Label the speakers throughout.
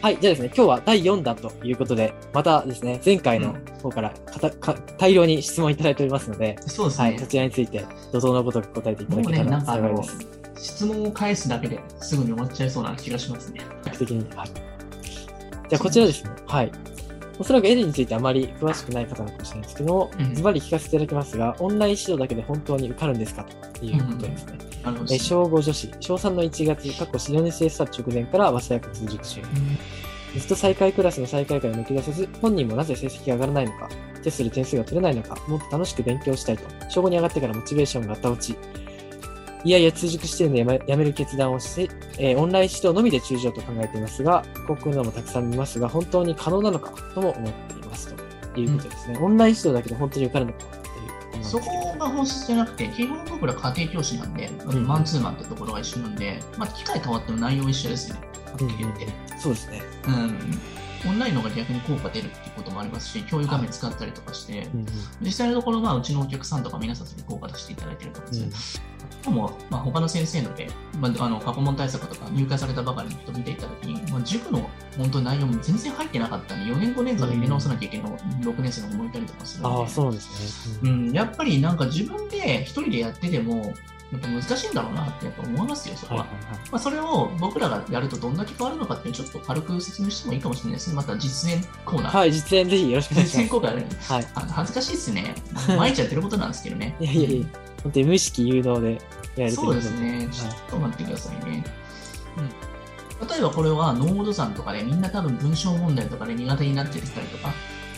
Speaker 1: はい、じゃあですね、今日は第4弾ということで、またですね、前回の方からかたか大量に質問いただいておりますので、
Speaker 2: そうです
Speaker 1: は
Speaker 2: ね。
Speaker 1: い、そちらについて、怒涛のごとく答えていただけた
Speaker 2: もうねな
Speaker 1: ら
Speaker 2: んかあ
Speaker 1: 幸い
Speaker 2: の
Speaker 1: です。
Speaker 2: 質問を返すだけですぐに終わっちゃいそうな気がしますね。
Speaker 1: 比較的に。はい。じゃあ、こちらですね、はい。おそらくエルについてあまり詳しくない方なのかもしれないですけども
Speaker 2: うん、
Speaker 1: ズバリ聞かせていただきますが、オンライン指導だけで本当に受かるんですかということですね。
Speaker 2: あの、
Speaker 1: えー小5女子、小3の1月、過去4年生スタート直前から早稲田通塾中。ずっと最下位クラスの最下位から抜け出せず、本人もなぜ成績が上がらないのか、テストで点数が取れないのか、もっと楽しく勉強したいと、小5に上がってからモチベーションが落ち、いやいや通塾してるのでやめやめる決断をして、えーオンライン指導のみで中上と考えていますが、こういうのもたくさん見ますが、本当に可能なのかとも思っていますということですね。オンライン指導だけで本当に受かるのかということなんです
Speaker 2: そ
Speaker 1: けど。
Speaker 2: こが本質じゃなくて、基本僕ら家庭教師なんで、
Speaker 1: ん
Speaker 2: マンツーマンってところが一緒なんで、まあ、機械変わっても内容一緒ですよね。はっきり言って。
Speaker 1: そうですね。
Speaker 2: うん。オンラインの方が逆に効果出るっていうこともありますし、共有画面使ったりとかして、
Speaker 1: うんうん
Speaker 2: 実際のところ、まあ、うちのお客さんとか皆さんに効果出していただいてると思うんですよ。でも、まあ、他の先生ので、まあ、あの過去問対策とか入会されたばかりの人見ていったときに、まあ、塾の本当に内容も全然入ってなかったんで、4年、5年から入れ直さなきゃいけない、6年生の子もいたりとかするんで、
Speaker 1: ああ、そうなんですね。うん
Speaker 2: うん、やっぱりなんか自分で一人でやってても、やっぱ難しいんだろうなってやっぱ思いますよ、そこ
Speaker 1: はい
Speaker 2: は。
Speaker 1: はいはい。
Speaker 2: まあ、それを僕らがやるとどんだけ変わるのかっていうちょっと軽く説明してもいいかもしれないですね。また実演コーナー。
Speaker 1: はい、実演ぜひよろしくお願いし
Speaker 2: 実
Speaker 1: ま
Speaker 2: 演
Speaker 1: す。
Speaker 2: コーナーね
Speaker 1: はい。
Speaker 2: あ恥ずかしいです
Speaker 1: 。
Speaker 2: ね。毎日やってることなんですけどね
Speaker 1: いやいやいや、本当に無意識誘導でやるといい
Speaker 2: そうです
Speaker 1: は
Speaker 2: ね
Speaker 1: い。
Speaker 2: ちょっと待ってくださいね。うん、例えばこれはノード算とかでみんな多分文章問題とかで苦手になってきたりとか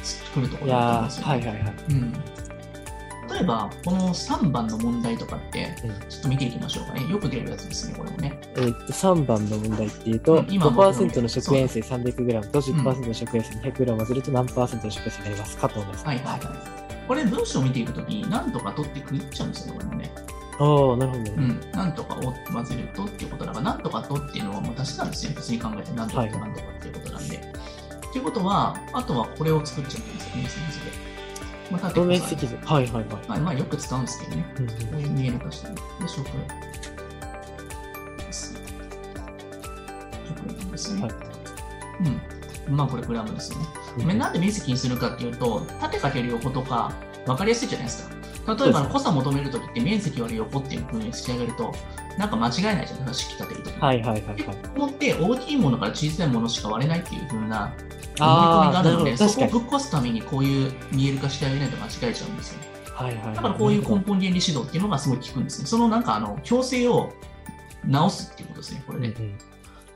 Speaker 2: 作るとこ
Speaker 1: い
Speaker 2: ろ
Speaker 1: や
Speaker 2: だと思うんです
Speaker 1: ー、
Speaker 2: よ、
Speaker 1: は
Speaker 2: ね
Speaker 1: いはいはい。
Speaker 2: うん、例えばこの3番の問題とかって
Speaker 1: うん
Speaker 2: ちょっと見ていきましょうかね。よく出るやつですね、これもね。
Speaker 1: えーっと、3番の問題っていうと、
Speaker 2: うん今も
Speaker 1: 5%の食塩水 300g と10%の食塩水 200g をすると何パーセントの食塩水になりますかと思います。
Speaker 2: はいはいはい。これ文章を見ていくとき、なんとか取ってくっちゃうんですよ、これもね。
Speaker 1: おー、なるほど
Speaker 2: う
Speaker 1: ね。
Speaker 2: ん、なんとかを混ぜるとっていうことだから、なんとかとっていうのはもう足し算ですよ、普通に考えて、なんとかとなんとかっていうことなんで。ということは、あとはこれを作っちゃっていいんですよ、面積図で。まあ、
Speaker 1: 同面
Speaker 2: 立て
Speaker 1: 積
Speaker 2: てくださ
Speaker 1: 図。はいはいはい
Speaker 2: いはいまあ、よく使うんですけどね。
Speaker 1: うん
Speaker 2: こういう見える化してる。で、食塩。です食塩ですね。
Speaker 1: はい
Speaker 2: うん。まあ、これグラムですよね。
Speaker 1: うん。
Speaker 2: なんで面積にするかっていうと、縦かける横とか分かりやすいじゃないですか。例えば、
Speaker 1: そうですね
Speaker 2: 濃さ求めるときって面積割る横っていう風に仕上げると、なんか間違いないじゃないですか、式立てるとき。
Speaker 1: はいはいはいはい。
Speaker 2: 思って大きいものから小さいものしか割れないっていう風な
Speaker 1: あ
Speaker 2: が
Speaker 1: ー、な
Speaker 2: ある
Speaker 1: る
Speaker 2: の
Speaker 1: ほ
Speaker 2: で、
Speaker 1: ど。
Speaker 2: そ
Speaker 1: 確
Speaker 2: こ
Speaker 1: かに
Speaker 2: をぶ。っ壊すためにこういう見える化してあげないと間違えちゃうんですよ。
Speaker 1: はいはいはい。
Speaker 2: だからこういう根本原理指導っていうのがすごい効くんですね。そのなんかあの強制を直すっていうことですね、これ
Speaker 1: うんう
Speaker 2: ね。
Speaker 1: ん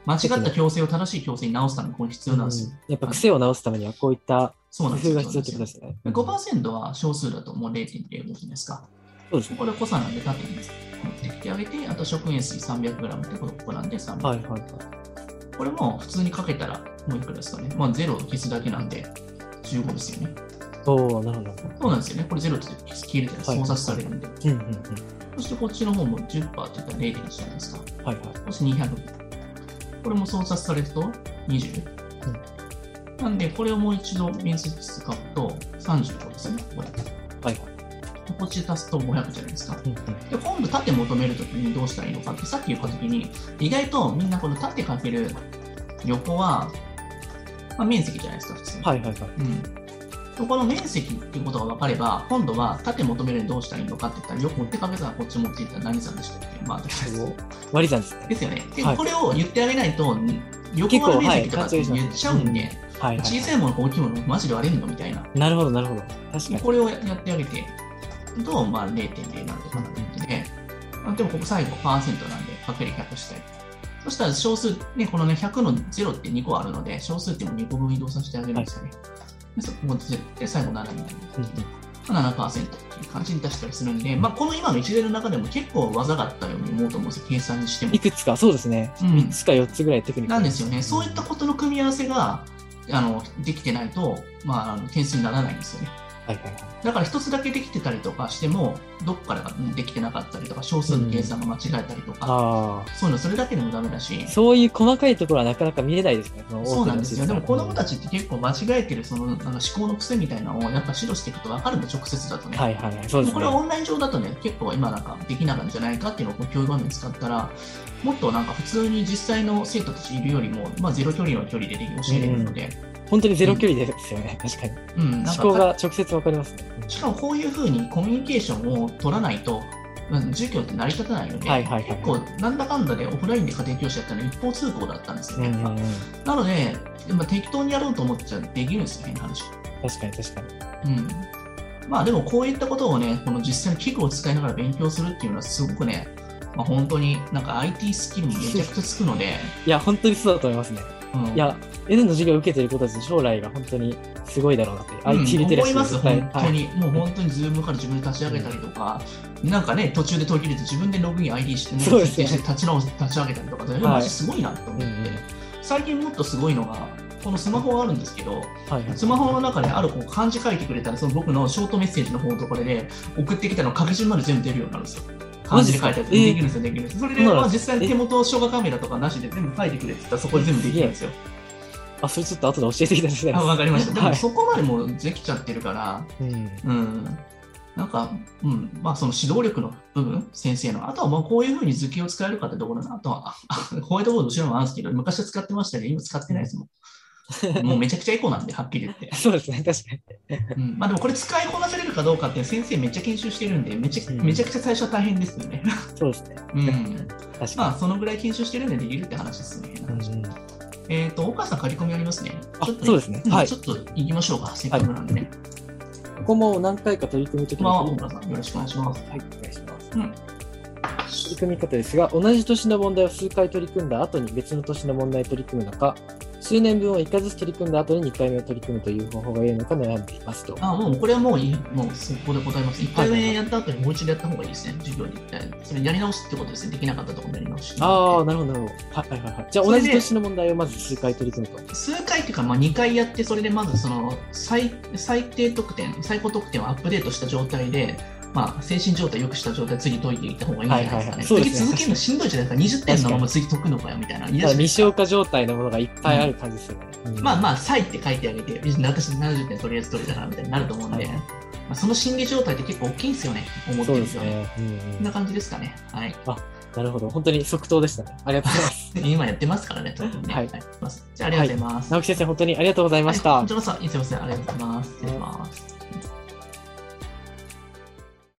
Speaker 2: 間違った強制を正しい強制に直すためにこれ必要なんですよ。
Speaker 1: やっぱ癖を直すためにはこういった
Speaker 2: そう
Speaker 1: 工
Speaker 2: なんで
Speaker 1: 夫
Speaker 2: すよ。
Speaker 1: が必要ってことですね。
Speaker 2: で5%は小数だともう0.05じゃないですか。
Speaker 1: そうですね。
Speaker 2: これを濃さなんで縦に持ってきてあげて、あと食塩水 300g ってことここなんで300、
Speaker 1: はいはいはい。
Speaker 2: これも普通にかけたらもういくらですかね。まあ0を消すだけなんで15ですよね。
Speaker 1: おー、なるほど。
Speaker 2: そうなんですよね。これ0って消えるじゃないですか。
Speaker 1: はい
Speaker 2: 操作されるんで。
Speaker 1: うんうんうん。
Speaker 2: そしてこっちの方も10%って言ったら0.1じゃないですか。
Speaker 1: はいはい。
Speaker 2: そして200。これも操作されると20。なんで、これをもう一度面積図書くと35ですね。これ
Speaker 1: はいはい。
Speaker 2: こっちで足すと500じゃないですか。
Speaker 1: うんうん
Speaker 2: で今度縦求めるときにどうしたらいいのかってさっき言ったときに意外とみんなこの縦かける横は、まあ、面積じゃないですか普通に、
Speaker 1: はいはいはい。
Speaker 2: うんでこの面積っていうことが分かれば今度は縦求めるにどうしたらいいのかって言ったら横持ってかけたらこっち持っていったら何算でしたっけまあですよ
Speaker 1: 割り算ですね。
Speaker 2: ねで、
Speaker 1: はい
Speaker 2: これを言ってあげないと横割る面積とかって
Speaker 1: 結構はい
Speaker 2: 言っちゃうんで、
Speaker 1: はいはい。
Speaker 2: 小さいものか大きいものマジで割れるのみたいな
Speaker 1: なるほど、なるほど。確かに。
Speaker 2: これをやってあげて、と、まあ、0.0なんとかなるので、まあでもここ最後、パーセントなんで、かける100したい。そしたら小数、ね、このね、100の0って2個あるので、小数っても2個分移動させてあげるんですよね。で、そこも0で、最後7になる。
Speaker 1: うんうん
Speaker 2: まあ7%っていう感じに出したりするんで、まあ、この今の一連の中でも結構技があったように思うと思うんですよ、計算にしても
Speaker 1: い。くつか、そうですね。
Speaker 2: うん
Speaker 1: 3つか4つぐらいテクニック
Speaker 2: なんですよね。そういったことの組み合わせが、あの、できてないと、まあ、あの点数にならないんですよね。
Speaker 1: はいはいはい。
Speaker 2: だから一つだけできてたりとかしても、どっからかねできてなかったりとか、少数の計算が間違えたりとか、
Speaker 1: あ
Speaker 2: そういうのそれだけでもダメだし
Speaker 1: あ。、そういう細かいところはなかなか見れないですね。の
Speaker 2: そうなんですよ。でも子供た
Speaker 1: ち。
Speaker 2: ちって結構間違えてるそのなんか思考の癖みたいなのをやっぱ指導していくと分かるんだ、直接だとね。
Speaker 1: はいはいはい。そうで
Speaker 2: でも
Speaker 1: す
Speaker 2: こ
Speaker 1: ね
Speaker 2: れは。オンライン上だとね、結構今なんかできなかったんじゃないかっていうのをこう教育場面使ったら、もっとなんか普通に実際の生徒たちいるよりも、まあゼロ距離の距離でで教えれるので、
Speaker 1: 本当にゼロ距離ですよね。確かに。
Speaker 2: うん、なん
Speaker 1: 思
Speaker 2: か
Speaker 1: 考が直接わかりますね。うん
Speaker 2: しかもこういうふうにコミュニケーションを取らないと、うん、授業って成り立たないので、
Speaker 1: はいはいはい
Speaker 2: 結構なんだかんだでオフラインで家庭教師やったの一方通行だったんですよ
Speaker 1: うん
Speaker 2: ね。
Speaker 1: うんうん。
Speaker 2: なので、まあ、適当にやろうと思っちゃできるんですよ、変な話。
Speaker 1: 確かに確かに。
Speaker 2: うん。まあでもこういったことをね、この実際の器具を使いながら勉強するっていうのはすごくね、まあ、本当になんか IT スキルにめちゃくちゃつくので、
Speaker 1: いや、本当にそうだと思いますね。
Speaker 2: うん、
Speaker 1: いや、N の授業を受けてる子たちの将来が本当にすごいだろうなって。
Speaker 2: うん
Speaker 1: IT リテラシ
Speaker 2: 思い
Speaker 1: ー
Speaker 2: ます、
Speaker 1: 絶対
Speaker 2: 本当に、もう本当に Zoom から自分で立ち上げたりとか、なんかね、途中で途切れて自分でログイン ID して、ね、
Speaker 1: そうですね
Speaker 2: 設定して立ち直して立ち上げたりとか、で
Speaker 1: はい
Speaker 2: マジすごいなと思って、
Speaker 1: うんうん
Speaker 2: 最近もっとすごいのが、このスマホがあるんですけど、
Speaker 1: はいはい。
Speaker 2: スマホの中であるこう漢字書いてくれたら、その僕のショートメッセージの方とこれで送ってきたの書き順まで全部出るようになるんですよ。漢字で書いたやつ、
Speaker 1: マジっすかえー
Speaker 2: できるんですよ、できるんですよ。それで、
Speaker 1: そうなん
Speaker 2: まあ、
Speaker 1: です
Speaker 2: 実際に手元消火カメラとかなしで全部書いてくれって言ったら、そこで全部できるんですよ。
Speaker 1: あ、それちょっと後で教えていただきたいで
Speaker 2: あわかりました。で
Speaker 1: は
Speaker 2: も
Speaker 1: い
Speaker 2: そこまでもうできちゃってるから、
Speaker 1: す。うん。
Speaker 2: うんなんか、うん、まあその指導力の部分、先生の、あとはまあこういうふうに図形を使えるかってところだな、あとは、あホワイトボード後ろもあるんですけど、昔は使ってましたけど、今使ってないですも ん。もうめちゃくちゃエコなんで、はっきり言って。
Speaker 1: そうですね、確かに。
Speaker 2: うん、まあでもこれ使いこなせれるかどうかって先生めっちゃ研修してるんで、めちゃ
Speaker 1: うん
Speaker 2: めちゃくちゃ最初は大変ですよ ね。
Speaker 1: そうですね、
Speaker 2: うん。
Speaker 1: 確か
Speaker 2: まあそのぐらい研修してるんでできるって話ですね。
Speaker 1: に。うんうん
Speaker 2: えっ、と、岡さん、刈り込みありますね。
Speaker 1: あ
Speaker 2: ちょっと
Speaker 1: そうですね
Speaker 2: ん
Speaker 1: はい
Speaker 2: ちょっと行きましょうか、せっかくなんでね。
Speaker 1: ここも何回か取り組むとき
Speaker 2: まあ、
Speaker 1: に、
Speaker 2: 岡さん、よろしくお願いします。
Speaker 1: はい、お願いします。
Speaker 2: うん
Speaker 1: 取り組み方ですが、同じ年の問題を数回取り組んだ後に別の年の問題に取り組むのか、数年分を1回ずつ取り組んだ後に2回目を取り組むという方法が良いのか悩んでいますと。
Speaker 2: あもうこれはもういい、もうそこで答えます。1回
Speaker 1: はいはいは
Speaker 2: 目
Speaker 1: い
Speaker 2: やった後にもう一度やった方がいいですね、授業に行って。それやり直すってことですね、できなかったところもやり直し。
Speaker 1: ああ、なるほど、なるほど。はいはいはいはい。じゃあ、
Speaker 2: そ
Speaker 1: 同
Speaker 2: れで
Speaker 1: じ年の問題をまず数回取り組むと。
Speaker 2: 数回っていうか、まあ、2回やって、それでまずその最最低得点、最高得点をアップデートした状態で、まあ、精神状態良くした状態、次解いていった方がいいんじゃないです
Speaker 1: はいは
Speaker 2: か
Speaker 1: いは
Speaker 2: ね。
Speaker 1: いそうで
Speaker 2: 次
Speaker 1: すね
Speaker 2: 続けるのしんどいじゃないですか、20点のまま次解くのかよみたいな。い
Speaker 1: だ
Speaker 2: や
Speaker 1: から未消化状態のものがいっぱいある感じですよね。うん
Speaker 2: まあまあ、差異って書いてあげて、私70点とりあえず取れたからみたいになると思うんで、
Speaker 1: はい
Speaker 2: まあ、その心理状態って結構大きいんですよね、思っ
Speaker 1: そ
Speaker 2: て
Speaker 1: う
Speaker 2: る
Speaker 1: で
Speaker 2: んです
Speaker 1: す
Speaker 2: よね。
Speaker 1: ね。うん
Speaker 2: こんな感じですかね。はい。
Speaker 1: うんなるほど。本当に即答でしたね。ありがとうございます。
Speaker 2: 今やってますからね、特にね。
Speaker 1: はい
Speaker 2: やってますじゃあ、ありがとうございます。
Speaker 1: 直木先生、本当にありがとうございました
Speaker 2: こ。ちらこそ、いつもすいませんありがとうございます。失礼します。